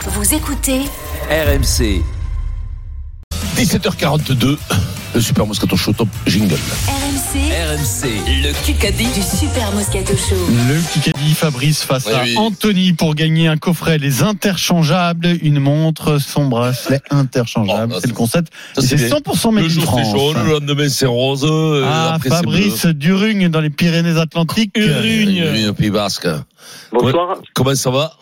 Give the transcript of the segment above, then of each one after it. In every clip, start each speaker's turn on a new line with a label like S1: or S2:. S1: Vous écoutez
S2: RMC.
S3: 17h42, le Super Moscato Show Top Jingle.
S1: RMC,
S2: RMC. Le Kikadi
S1: du Super Moscato Show.
S4: Le Kikadi Fabrice face
S3: Oui,
S4: à
S3: oui.
S4: Anthony pour gagner un coffret Les Interchangeables, une montre, son bracelet interchangeable.
S3: Oh,
S4: c'est le
S3: ça,
S4: concept.
S3: ça,
S4: Et
S3: c'est
S4: C'est
S3: bien.
S4: 100% made
S3: Le
S4: in
S3: jour c'est
S4: France.
S3: jaune, le lendemain c'est rose. euh,
S4: Ah,
S3: après, c'est
S4: Fabrice Durugne dans les Pyrénées-Atlantiques.
S3: bleu. Urugne, au Pays Basque.
S5: Bonsoir.
S3: Comment ça va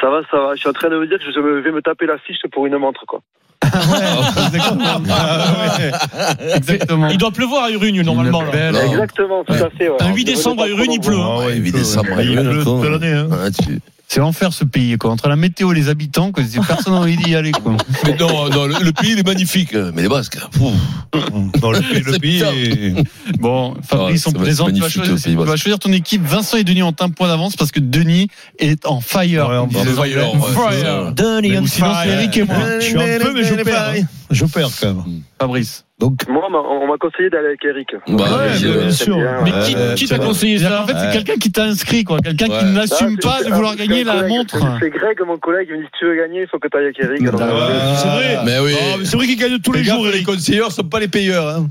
S5: Ça va, ça va. Je suis en train de me dire que je vais me taper la fiche pour une montre, quoi.
S4: Ah ouais, exactement. Ah ouais, exactement.
S6: Il doit pleuvoir à Urugne normalement. là.
S4: belle-
S3: Ah.
S5: Exactement, tout
S4: Ouais.
S5: à fait. Ouais.
S6: Un 8 décembre à Urugne, il pleut. hein.
S4: Ah ouais,
S3: il
S4: pleut,
S3: descend,
S4: ouais.
S3: ouais,
S4: Il
S3: ouais,
S4: pleut
S3: le con.
S4: toute l'année, hein.
S3: Ah, tu-
S4: C'est l'enfer ce pays. Quoi. Entre la météo et les habitants, quoi, c'est- personne n'a envie d'y aller. Quoi.
S3: Mais non, non, le, le pays il est magnifique, euh, mais les Basques. pouf.
S4: Dans le pays,
S3: le pays
S4: Bon, Fabrice,
S3: Ah,
S4: on
S3: c'est
S4: présente. Tu vas,
S3: magnifique,
S4: choisir,
S3: le Pays
S4: tu
S3: Basque.
S4: vas choisir ton équipe. Vincent et Denis ont un point d'avance parce que Denis est en fire. comme disent
S3: va
S4: les
S3: pas y
S4: Anglais.
S3: avoir, ouais, c'est ça.
S4: Ou sinon, c'est Eric et moi.
S6: Je suis un peu, mais je perds. hein.
S4: Je perds quand même. Fabrice. Donc,
S5: Moi, on m'a- on m'a conseillé d'aller avec Eric.
S3: Bah,
S4: Ouais,
S3: j'ai-
S4: bien
S5: C'est
S4: sûr.
S5: bien,
S6: Mais
S5: ouais.
S6: qui,
S3: Ouais,
S6: qui
S3: c'est
S6: t'a
S3: vrai.
S6: conseillé
S4: en
S6: ça
S4: fait, c'est quelqu'un qui t'a inscrit, quoi. Quelqu'un qui
S3: Ouais.
S4: n'assume
S5: Ah,
S4: pas
S5: c'est-
S4: de vouloir
S5: c'est un
S4: gagner la
S5: collègue,
S4: montre. hein. Bah,
S5: c'est- C'est Greg, mon collègue, il me dit si tu veux gagner, il faut que tu ailles avec Eric. Alors, euh,
S6: C'est vrai.
S3: Mais oui.
S6: Oh, mais c'est vrai qu'il gagne tous les jours. Eric.
S7: conseillers sont pas les payeurs. hein.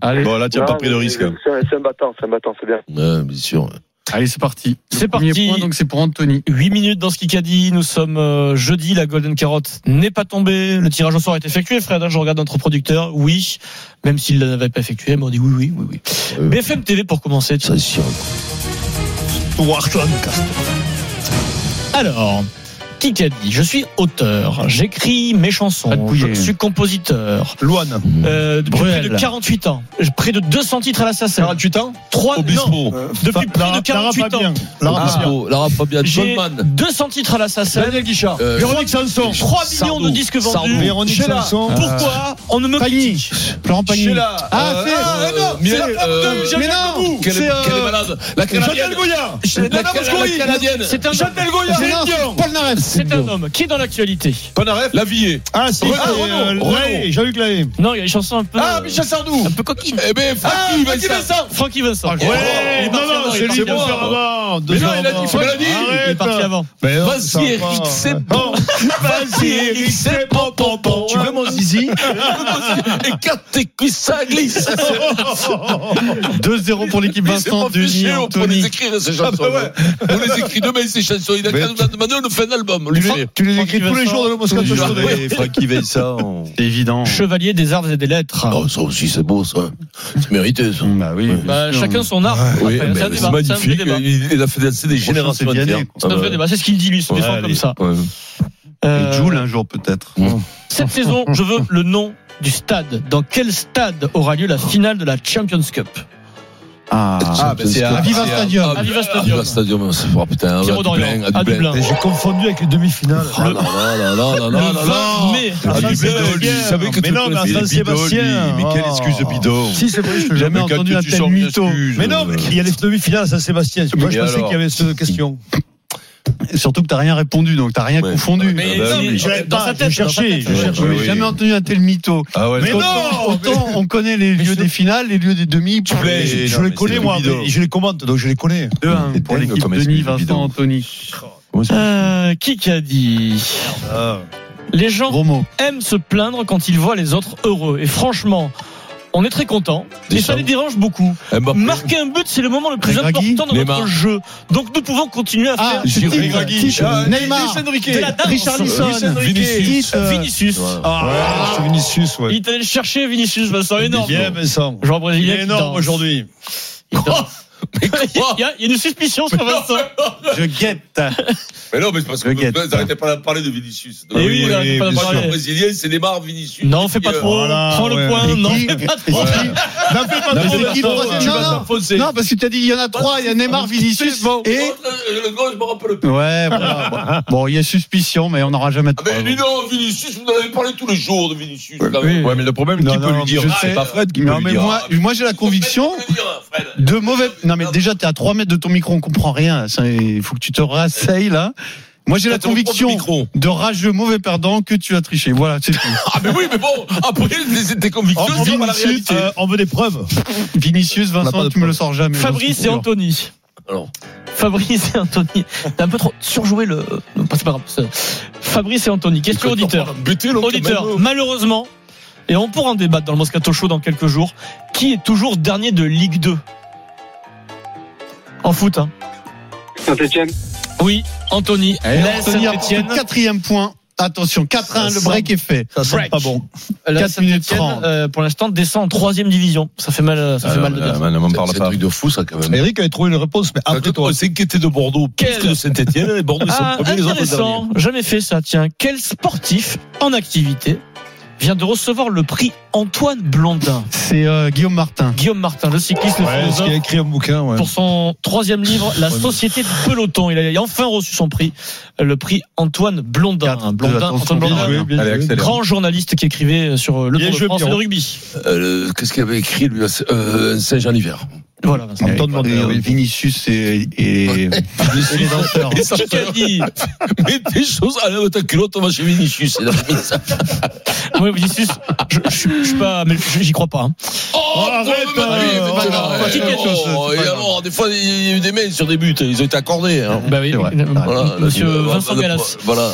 S4: Allez,
S7: Bon, là, tu n'as
S5: non,
S7: pas pris de
S5: mais-
S7: risque.
S4: hein.
S5: C'est un- c'est un battant, c'est un battant, c'est bien.
S3: Ouais, bien sûr.
S4: allez, c'est parti. Le
S6: C'est
S4: premier
S6: parti.
S4: point, donc c'est pour Anthony.
S6: 8 minutes dans ce Kikadi, nous sommes euh, jeudi, la Golden Carotte n'est pas tombée, le tirage au sort est effectué, Fred, hein, je regarde notre producteur, oui, même s'il ne l'avait pas effectué, mais on dit oui, oui, oui, oui.
S3: Euh.
S6: BFM TV pour commencer,
S3: Ça,
S6: tiens.
S3: c'est sûr.
S6: Alors, Kikadi, je suis auteur, j'écris mes
S4: Pas de
S6: chansons,
S4: couiller.
S6: je suis compositeur,
S7: Loane,
S6: euh, depuis
S4: Bruel.
S6: plus de 48 ans, J'ai près de 200 titres à l'assassin,
S7: 48 ans
S6: 3, non,
S7: Obispo.
S4: Ah.
S6: depuis plus de 48 ans,
S3: Obispo, Lara Fabian,
S6: j'ai
S3: Goldman.
S6: 200 titres à l'assassin,
S7: Daniel Guichard.
S3: Euh,
S7: Véronique Sanson.
S6: 3 millions de
S3: Sardou,
S6: disques
S3: Sardou.
S6: vendus,
S7: Véronique
S6: Sheila,
S7: Sanson.
S6: pourquoi on ne me
S4: Euh, Pagny. Florent Pagny.
S7: Sheila.
S4: Ah, c'est.
S7: Ah, non,
S3: Miel,
S7: c'est la femme
S3: euh,
S7: de Jeanne Debout.
S3: Quelle
S7: C'est, euh,
S3: quelle est malade. La
S7: Chantal
S3: Canadienne.
S7: Goya.
S6: Je-
S3: La
S7: Nana Mosconi.
S3: la Canadienne.
S6: C'est un homme.
S7: Chantal Goya.
S4: C'est
S7: C'est
S4: non,
S7: Dion.
S4: Paul Narev.
S6: C'est un homme qui est dans l'actualité.
S7: Polnareff.
S3: La Villée.
S7: Ah, c'est
S3: Renaud, Renaud.
S7: Jean-Luc Lahaye.
S6: Non, il y a une chanson un peu.
S7: Ah, Michel Sardou.
S6: Un peu coquine.
S3: Eh ben,
S7: Ah,
S3: Francky
S7: Francky
S3: Vincent.
S7: Vincent.
S6: Francky Vincent.
S4: Ah,
S6: Il est
S7: Ouais, Oh, non,
S6: parti avant,
S7: non,
S6: il est
S7: c'est
S6: parti
S7: lui,
S6: avant.
S7: mon frère avant.
S3: Mais non, il a dit, il faut
S7: Arrête.
S3: le dire.
S6: Il est parti avant.
S7: Mais non,
S3: Vas-y,
S7: ça va
S3: Eric,
S7: pas.
S3: c'est
S7: bon. Vas-y, Eric, c'est bon, bon, bon.
S3: Tu veux mon zizi Écarte tes cuisses, ça glisse
S4: 2-0 pour l'équipe
S3: Mais c'est
S4: Vincent,
S3: pas
S4: Denis,
S3: fiché pour les
S4: Anthony.
S3: écrire ces chansons On les écrit demain ces chansons Il a
S7: Mais-
S3: qu'à nous demander on nous fait un album on lui fait
S4: Tu les écris
S6: tous les jours
S4: dans le Moscato
S3: Show. Ouais,
S7: Francky Veissa.
S4: C'est évident.
S6: Chevalier des arts et des lettres.
S3: Oh, ça aussi c'est beau ça C'est mérité ça
S4: Bah oui.
S6: Bah,
S4: bien sûr.
S6: chacun son art. Après,
S3: oui, mais-
S6: c'est un
S3: mais
S6: débat,
S3: c'est
S6: c'est un vrai
S3: magnifique. hein.
S6: débat.
S3: Il il a fait danser des générations
S4: c'est bien
S3: entières.
S4: né, quoi.
S6: C'est un vrai débat. C'est ce qu'il dit, lui, il se
S3: Ouais,
S6: défend
S3: allez.
S6: comme ça.
S3: Ouais.
S6: Euh,
S4: Et Jules un jour peut-être.
S6: cette saison, je veux le nom du stade. Dans quel stade aura lieu la finale de la Champions Cup
S4: Ah,
S7: Ah, bah, c'est à-
S4: Viva
S7: c'est à-
S4: Stadium.
S3: Ah,
S6: Aviva
S3: Ah,
S6: Stadium.
S3: le stadium, c'est oh, putain, à
S6: Pierrot
S3: Dublin,
S6: d'Orient,
S3: à Dublin.
S7: J'ai confondu avec les demi-finales.
S3: Oh là là là là là
S6: Le
S3: là là là.
S6: 20 mai.
S3: Ah,
S7: Saint-Sébastien.
S3: Bidol, il savait que
S7: Mais
S3: tu
S7: non, mais à
S3: connaissais les
S7: Saint-Sébastien.
S3: Bidol, lui. Mais quelle
S7: Oh.
S3: excuse de bidon.
S7: Si, c'est vrai, je
S4: J'ai jamais entendu un tel mytho.
S7: Mais non, mais il y a les demi-finales à Saint-Sébastien. Moi, je
S3: Et
S7: pensais
S3: alors
S7: qu'il y avait cette question.
S4: Et Surtout que t'as rien répondu, donc t'as rien
S3: Ouais.
S4: confondu.
S6: Mais
S3: Ah bah
S6: non,
S3: oui.
S6: mais
S7: J'avais
S6: dans
S7: pas,
S6: sa
S7: je
S6: tête, dans sa
S7: cherchais,
S6: tête,
S7: je
S6: ouais.
S7: cherchais.
S4: J'ai
S3: oui.
S4: jamais entendu un tel mytho.
S3: Ah ouais,
S7: Mais
S3: non.
S4: autant,
S7: non,
S4: autant on connaît les lieux des finales, les lieux des demi.
S7: Je les,
S3: Mais
S7: je
S3: non,
S7: les
S3: mais
S7: connais,
S3: c'est
S7: moi.
S3: évident.
S7: mais Je les commente, donc je les connais.
S4: 2-1 pour
S3: dingue
S4: l'équipe
S3: comme
S4: Denis,
S3: excuse,
S4: Vincent,
S3: bidon.
S4: Anthony.
S6: Euh, qui qui a dit
S7: Ah.
S6: Les gens
S4: Gros mot.
S6: aiment se plaindre quand ils voient les autres heureux. Et franchement, on est très content. Et ça
S3: Deschamps.
S6: les dérange beaucoup.
S3: Mbappé.
S6: Marquer un but, c'est le moment le plus
S4: Regragui,
S6: important de
S3: Neymar.
S6: notre jeu. Donc nous pouvons continuer à
S4: Ah,
S6: faire
S4: c'est
S3: Giroud,
S4: titre,
S3: Draghi,
S4: titre. Neymar,
S6: de la danse. Euh,
S4: Richarlison,
S3: Vinicius.
S4: titre.
S6: Vinicius.
S3: Ouais.
S7: Ah, c'est Vinicius,
S6: Il
S7: ouais.
S6: est allé le chercher, Vinicius, Vincent, énorme.
S7: Bien, Vincent.
S6: Joueur
S7: Il
S6: brésilien.
S7: est
S6: qui
S7: énorme
S6: danse.
S7: aujourd'hui.
S6: Il danse.
S3: oh.
S6: Il y a il y a une suspicion sur Vincent.
S4: Je guette.
S3: Mais non, mais c'est parce que
S4: Le guette.
S3: vous n'arrêtez pas de parler de Vinicius.
S6: Et Eh oui,
S7: oui,
S6: là,
S7: oui,
S6: pas
S7: bien
S6: d'en
S3: Moi,
S6: parler.
S3: je suis brésilien, c'est Neymar, Vinicius.
S6: Non, fais pas
S3: Euh,
S6: trop.
S7: voilà,
S6: Prends le
S7: ouais.
S6: point. Non,
S4: Qui-
S6: fais pas
S4: Et
S6: trop.
S4: qui-
S7: N'en fais pas
S4: Non,
S7: trop,
S4: mais c'est qui
S7: Vincent,
S4: pourrait-
S7: tu
S4: non,
S7: vas
S4: non.
S7: t'enfoncer.
S4: Non, parce que tu as dit il y en a trois, il y a Neymar, Vinicius et.
S3: l'autre, euh, Le gars, je me rappelle plus.
S4: Ouais, voilà. Bon, il y a suspicion, mais on n'aura jamais de
S3: Ah, Mais
S4: preuve.
S3: lui, non, Vinicius, vous en avez parlé tous les jours de Vinicius. là.
S7: Ouais, mais le problème,
S4: Non, non, je sais.
S7: Fred
S4: Non, mais moi, moi j'ai la conviction.
S3: Fred, il peut le dire, Fred.
S4: De mauvais. Non, mais déjà, t'es à 3 mètres de ton micro, on comprend rien. Ça, Il faut que tu te rasseyes, là. Moi, j'ai la
S3: Attends, on prend le
S4: conviction
S3: micro.
S4: de rageux mauvais perdant que tu as triché. Voilà, c'est tout. Oh,
S3: Ah, mais oui, mais bon, après, c'est tes convictions,
S7: On
S3: c'est pas la
S7: veut-
S3: réalité.
S7: euh, on veut des preuves.
S4: Vinicius,
S7: On n'a pas
S4: Vincent,
S7: de
S4: tu me le
S7: problème.
S4: sors jamais.
S6: Fabrice et
S4: j'en suis sûr.
S6: Anthony.
S3: Alors.
S6: Fabrice et Anthony. T'as un peu trop surjoué le. Non, pas- c'est pas grave. C'est- Fabrice et Anthony. Question auditeur.
S7: Buté l'autre
S6: Auditeur,
S7: Mano.
S6: malheureusement, et on pourra en débattre dans le Moscato Show dans quelques jours, qui est toujours dernier de Ligue 2 En foot, hein
S5: Saint-Etienne.
S6: Oui, Anthony. Laisse
S4: Anthony a
S6: Saint-Etienne.
S4: le quatrième point. Attention, 4-1, le break est fait.
S7: Ça sent
S6: Break.
S7: pas bon.
S6: La
S4: 4 minutes
S6: Saint-Etienne,
S4: 30.
S6: euh, pour l'instant, descend en troisième division. Ça fait mal, euh, ça
S3: Ah,
S6: fait mal de dire ça.
S8: ne m'en parle
S3: C'est un
S8: pas.
S3: truc de fou, ça, quand même.
S7: Eric avait trouvé une réponse, mais après toi.
S3: On s'inquiétait de Bordeaux plus
S6: Quel-
S3: que de Saint-Etienne. Les Bordeaux, ils sont
S6: Ah,
S3: premiers, les autres derniers.
S6: intéressant. Jamais fait ça. Tiens, quel sportif en activité vient de recevoir le prix Antoine Blondin
S4: C'est euh, Guillaume Martin.
S6: Guillaume Martin, le cycliste, le
S7: Ouais, ce
S6: philosophe.
S7: qu'il a écrit un bouquin, ouais.
S6: pour son troisième livre, La Société du Peloton. Il a enfin reçu son prix, le prix Antoine Blondin.
S4: Quatre,
S6: Blondin,
S4: deux, attention,
S6: Antoine
S7: Bien
S6: Blondin,
S7: joué, bien
S8: Allez,
S7: joué.
S8: accélère.
S6: Grand journaliste qui écrivait sur le
S7: Bien
S6: Tour de
S7: joué,
S6: France et le
S7: Pierrot.
S6: rugby.
S3: Euh, le- Qu'est-ce qu'il avait écrit, lui, à Saint- euh, Saint-Jean-Hiver
S6: Voilà.
S7: En même temps,
S4: Et,
S7: demander,
S4: euh,
S7: Ah oui.
S4: Vinicius et, et, et les danseurs.
S3: Et ça
S6: Qui qu'a dit
S3: Mets tes choses, enlève ta culotte, on va chez Vinicius. Il a mis ça.
S6: Oui, Vinicius, je, je, suis- je suis pas, mais je- j'y crois pas. hein.
S3: Oh,
S7: arrête,
S3: toi,
S7: euh,
S3: mais-
S7: c'est
S3: mais-
S7: pas
S3: mais-
S7: grave,
S3: mais-
S6: pas quelque
S3: oh,
S6: chose, c'est
S3: Et
S6: pas
S3: alors, des fois, il y a eu des mails sur des buts, ils ont été accordés. hein.
S6: Bah oui,
S4: C'est vrai.
S6: euh,
S3: Voilà,
S6: Monsieur
S3: là, tu-
S6: Vincent
S3: voilà,
S6: Gallas.
S3: Voilà.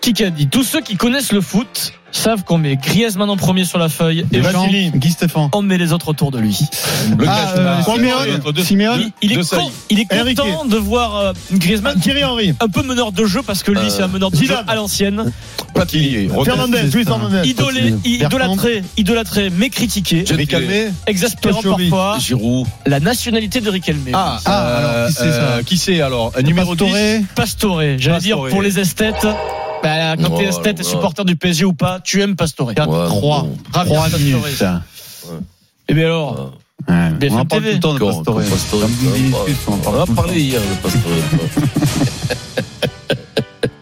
S6: Qui qu'a dit Tous ceux qui connaissent le foot savent qu'on met Griezmann en premier sur la feuille et
S4: Et Jean,
S6: Vasily,
S4: Guy Stéphane.
S6: on met les autres autour de lui.
S7: Le
S4: Ah,
S7: gars,
S4: euh,
S7: c'est pas-
S4: Simeone.
S7: entre deux-
S4: Simeone.
S7: deux-
S6: Il est,
S7: deux
S6: con-
S7: sailles.
S6: il est
S7: Enrique.
S6: content de voir euh, Griezmann
S7: Thierry Henry.
S6: un peu meneur de jeu parce que lui
S3: Euh,
S6: c'est un meneur de jeu
S7: Zidane.
S6: à l'ancienne
S3: Platini.
S7: Fernandez, Luis Fernandez.
S6: idolé idolâtré idolâtré mais critiqué
S3: J'ai calmé.
S6: exaspérant
S7: Chauvi.
S6: parfois
S3: Giroud.
S6: la nationalité de Riquelme
S8: Ah,
S4: Ah, alors, qui c'est, ça
S8: qui c'est alors Un
S4: Numéro
S8: numéro 10
S6: Pastore j'allais dire
S8: Pastore.
S6: pour les esthètes bah, quand t'es
S3: Oh,
S6: esthète et
S3: oh.
S6: supporter du PSG ou pas tu aimes Pastore
S3: Ouais,
S4: 3.
S3: bon.
S4: 3
S6: Pastore.
S4: minutes.
S6: et bien alors
S3: Ouais.
S4: Ouais,
S6: BFM
S4: On en parle tout
S6: TV.
S4: le temps de
S3: Quand-
S4: Pastore.
S3: quand Pastore,
S4: Comme
S3: ça,
S4: Vinicius, on en
S3: On en
S4: parle
S3: a
S4: tout le temps.
S3: parlé hier de Pastore.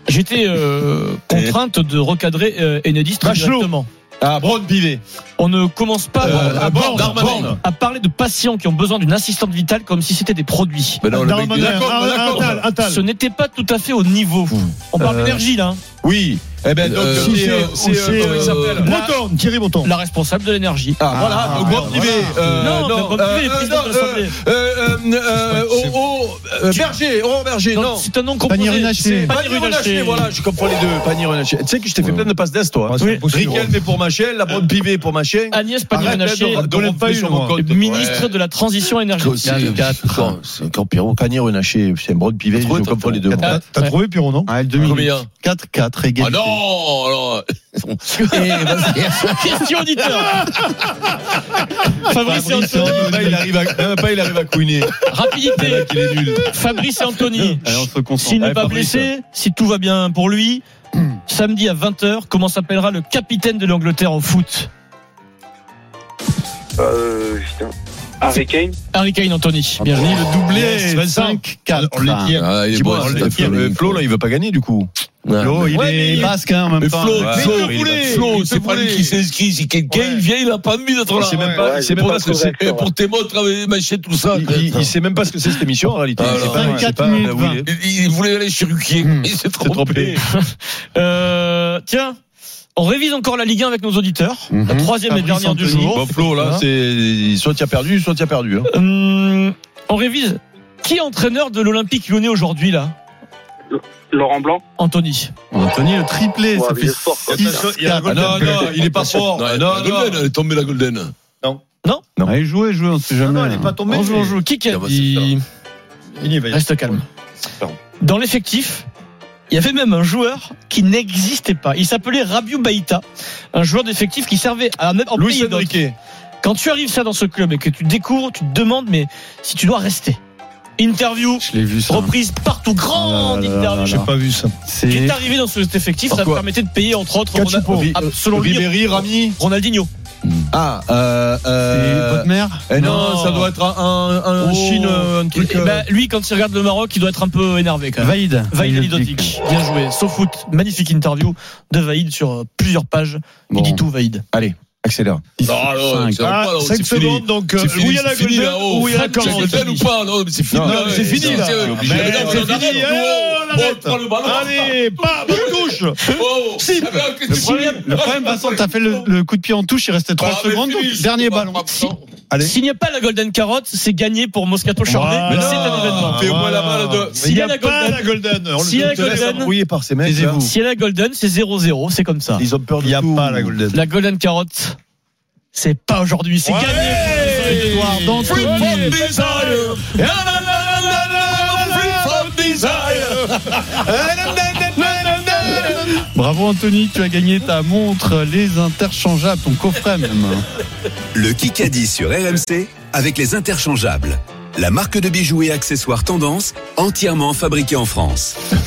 S6: j'étais euh, contrainte de recadrer euh, Enedis très
S7: Bachelot.
S6: directement
S7: Ah, Brown Pivet.
S6: on ne commence pas
S7: Euh,
S6: à,
S7: à Borne,
S6: à,
S7: Darmanin.
S6: à parler de patients qui ont besoin d'une assistante vitale comme si c'était des produits
S3: Mais non, le mec
S7: Darmanin,
S3: dit- D'accord, d'accord.
S7: Attal, Attal.
S6: ce n'était pas tout à fait au niveau
S8: Mmh.
S6: on parle
S7: Euh,
S6: d'énergie là hein.
S7: Oui. Eh ben, donc,
S3: Euh,
S7: si
S8: c'est,
S7: c'est,
S8: euh,
S7: c'est,
S8: c'est,
S7: euh,
S8: comment il
S6: s'appelle
S7: Breton, Thierry Breton.
S6: la responsable de l'énergie.
S8: Ah,
S7: Voilà, donc, Brown Pivet. euh,
S6: non, mais Bob Pivet est
S8: euh,
S6: président
S8: non,
S6: de l'Assemblée.
S8: euh, euh, euh, oh, oh, euh, Berger, oh, Berger,
S6: Donc,
S8: non.
S6: c'est un nom
S4: Panier
S6: composé.
S4: Runacher.
S6: C'est
S8: Panier
S6: Panier Runacher.
S8: Renaché, voilà, je comprends les deux. Panier Renaché. Tu sais que je t'ai fait
S3: Ouais.
S8: plein de passes d'Est, toi.
S7: Ah, c'est
S6: Oui.
S7: impossible.
S8: Riquelme pour Machel, la Brown Pivet pour Machel.
S6: Agnès Panier
S8: Arrête,
S6: Runacher,
S8: là, de- de
S7: Golem
S8: remonter
S7: Fayou,
S8: sur mon
S7: moi.
S8: compte.
S6: ministre de la transition énergétique.
S3: C'est-
S4: Quatre.
S3: C'est encore pire.
S8: Panier Renaché, c'est un Brown Pivet,
S3: T'as trouvé,
S8: je
S3: t'as
S8: comprends
S3: trouvé.
S8: les deux.
S6: Ah,
S7: T'as
S6: ouais.
S7: trouvé Piron, non
S4: Ouais, 2 minutes.
S3: Combien
S4: 4-4,
S3: Ah
S4: égalité.
S3: non alors, euh, Eh,
S6: Question auditeur. Fabrice et
S7: Fabrice,
S6: Anthony.
S8: Pas il arrive à, même pas il arrive à couiner.
S6: Rapidité.
S8: Il est nul.
S6: Fabrice et Anthony.
S4: Allez, on se concentre.
S6: S'il n'est
S8: Ouais,
S6: pas
S8: Fabrice.
S6: blessé, si tout va bien pour lui, samedi à 20h, comment s'appellera le capitaine de l'Angleterre au foot
S5: Euh, putain. Harry Kane.
S6: Harry Kane, Anthony. Bien joué.
S4: Bienvenue, le
S7: Yes,
S4: doublé.
S7: Vincent.
S4: 5-4.
S7: On l'a dit. hein.
S3: Ah, il est
S7: Thibaut,
S3: bon,
S7: on
S3: c'est
S7: l'a
S3: un
S7: dit,
S3: peu
S7: mais
S3: le-
S8: Flo, là, il veut pas gagner, du coup.
S3: Ouais.
S4: Flo, il
S8: Ouais, mais
S4: est
S8: il-
S4: basque hein, en
S3: Mais
S4: même temps.
S3: Flo,
S8: Ouais.
S3: Flo,
S8: Mais il
S3: il
S8: voulait.
S3: va- Flo,
S8: Il
S3: c'est pas
S8: voulait.
S3: lui qui s'inscrit, c'est quelqu'un, il vient, il a pas envie d'être là.
S8: C'est même
S5: ouais,
S8: pas, c'est
S5: c'est
S8: même
S5: pas
S8: pas ce que c'est.
S5: correct.
S3: Et pour tes montres, avec machin, tout ça.
S8: Il, il- il sait même pas ce que c'est cette émission en réalité.
S3: Ah,
S8: Il sait
S3: alors.
S8: pas, il sait
S4: 24
S8: pas
S4: minutes
S8: où il est.
S3: Il, il voulait aller chez Ruquier,
S4: Hmm.
S3: il s'est
S8: Il s'est trompé.
S3: trompé.
S6: Euh, tiens, on révise encore la Ligue 1 avec nos auditeurs. La
S4: Mhm.
S6: troisième et
S4: Fabrice
S6: dernière du
S4: Anthony.
S6: jour.
S8: Bon Flo là,
S7: hein.
S6: Voilà.
S8: c'est soit tu as perdu, soit tu as perdu. hein.
S6: Hum, on révise. Qui est entraîneur de l'Olympique lyonnais aujourd'hui, là
S5: Laurent Blanc.
S6: Anthony.
S4: Anthony, le triplé,
S5: Ouais,
S4: ça
S5: mais
S4: fait
S5: il est fort, quoi.
S4: 6
S7: Il y a un
S8: Ah non non, il est pas fort.
S3: Non,
S8: Ah,
S3: elle est
S8: non,
S3: pas
S8: non.
S3: golden, elle est tombée la golden.
S8: Non.
S4: Allez, jouez, jouez, on sait jamais. hein.
S7: non, elle est pas tombée.
S6: on joue, on joue. Qui qui a
S3: Ça
S4: bah,
S3: va se
S6: dit
S7: Il y va.
S6: Reste calme.
S8: Pardon.
S6: Dans l'effectif, il y avait même un joueur qui n'existait pas. Il s'appelait Rabiu Baïta, un joueur d'effectif qui servait à en
S8: Luis
S6: pays d'hôte.
S8: Enrique.
S6: Quand tu arrives ça dans ce club et que tu découvres, tu te demandes mais si tu dois rester. Interview,
S4: Je l'ai vu ça.
S6: reprise partout,
S4: Ah là
S6: grande
S4: là
S6: interview.
S4: là
S6: Je
S4: là.
S6: sais
S7: J'ai pas vu ça.
S6: pas. Qui
S4: C'est
S6: est arrivé dans cet effectif, ça
S8: Pourquoi
S6: permettait de payer entre autres Ronald-
S8: Cachupo.
S6: Ah, selon lui,
S8: Ribéry, Rami.
S6: Ronaldinho.
S8: Ah euh,
S4: c'est
S8: euh,
S4: votre mère
S8: eh non,
S6: Non.
S8: ça doit être un, un, un
S6: Oh.
S8: Chine, un truc.
S6: Eh
S8: euh,
S6: ben, lui, quand il regarde le Maroc, il doit être un peu énervé quand même.
S4: Vaïd.
S6: Vaïd
S4: le
S6: Elidotic, bien joué. Sauf foot, magnifique interview de Vaïd sur euh, plusieurs pages.
S4: Bon.
S6: Il dit tout, Vaïd.
S8: Accélère.
S3: Non, non,
S4: Cinq.
S3: ça va pas, non, c'est
S7: 5
S3: fini.
S7: secondes, donc.
S3: C'est fini,
S7: Oui, à la
S3: c'est fini,
S7: Golden,
S3: là, oh.
S7: oui, à la
S6: Cinq
S3: C'est
S6: secondes.
S7: Golden.
S3: golden ou pas Non, mais c'est fini.
S8: Non,
S3: là,
S8: mais
S3: ouais.
S8: c'est fini,
S3: C'est-
S8: là.
S3: c'est-
S8: Mais
S3: on
S7: c'est
S3: arrête,
S7: fini,
S3: on
S7: eh,
S3: arrête.
S7: on arrête.
S3: Oh, prends le ballon.
S7: Allez, bam, une touche.
S3: Oh,
S7: Si.
S3: ah, mais qu'est-ce que
S4: Le problème,
S3: tu-
S4: le problème, Vincent, t'as fait le, le coup de pied en touche, il restait 3
S3: Ah, mais
S4: secondes.
S3: fini,
S4: dernier
S3: c'est pas
S4: ballon.
S3: grave, non.
S7: Allez.
S6: S'il n'y a pas la Golden Carotte, c'est gagné pour Moscato Charlet.
S7: Voilà.
S6: Mais C'est un
S7: Ah,
S6: événement.
S8: Fais au moins la balle de-
S7: S'il n'y a, pas la Golden, on
S6: S'il y a la Golden,
S7: embrouillé par ces mecs.
S4: taisez-vous.
S6: Si elle a Golden, c'est 0-0, c'est comme ça.
S7: Ils ont peur
S8: Il n'y a pas la Golden.
S6: La Golden Carotte, c'est pas aujourd'hui, c'est gagné.
S4: Edouard, dans
S7: Free
S4: tout.
S7: from desire. Na, na, na, na, na, na, na, free from desire. Na, na, na, na, na, na, na, na.
S4: Bravo Anthony, tu as gagné ta montre, les interchangeables, ton coffret même. hein.
S9: Le Kikadi sur RMC avec les interchangeables. La marque de bijoux et accessoires tendance entièrement fabriquée en France.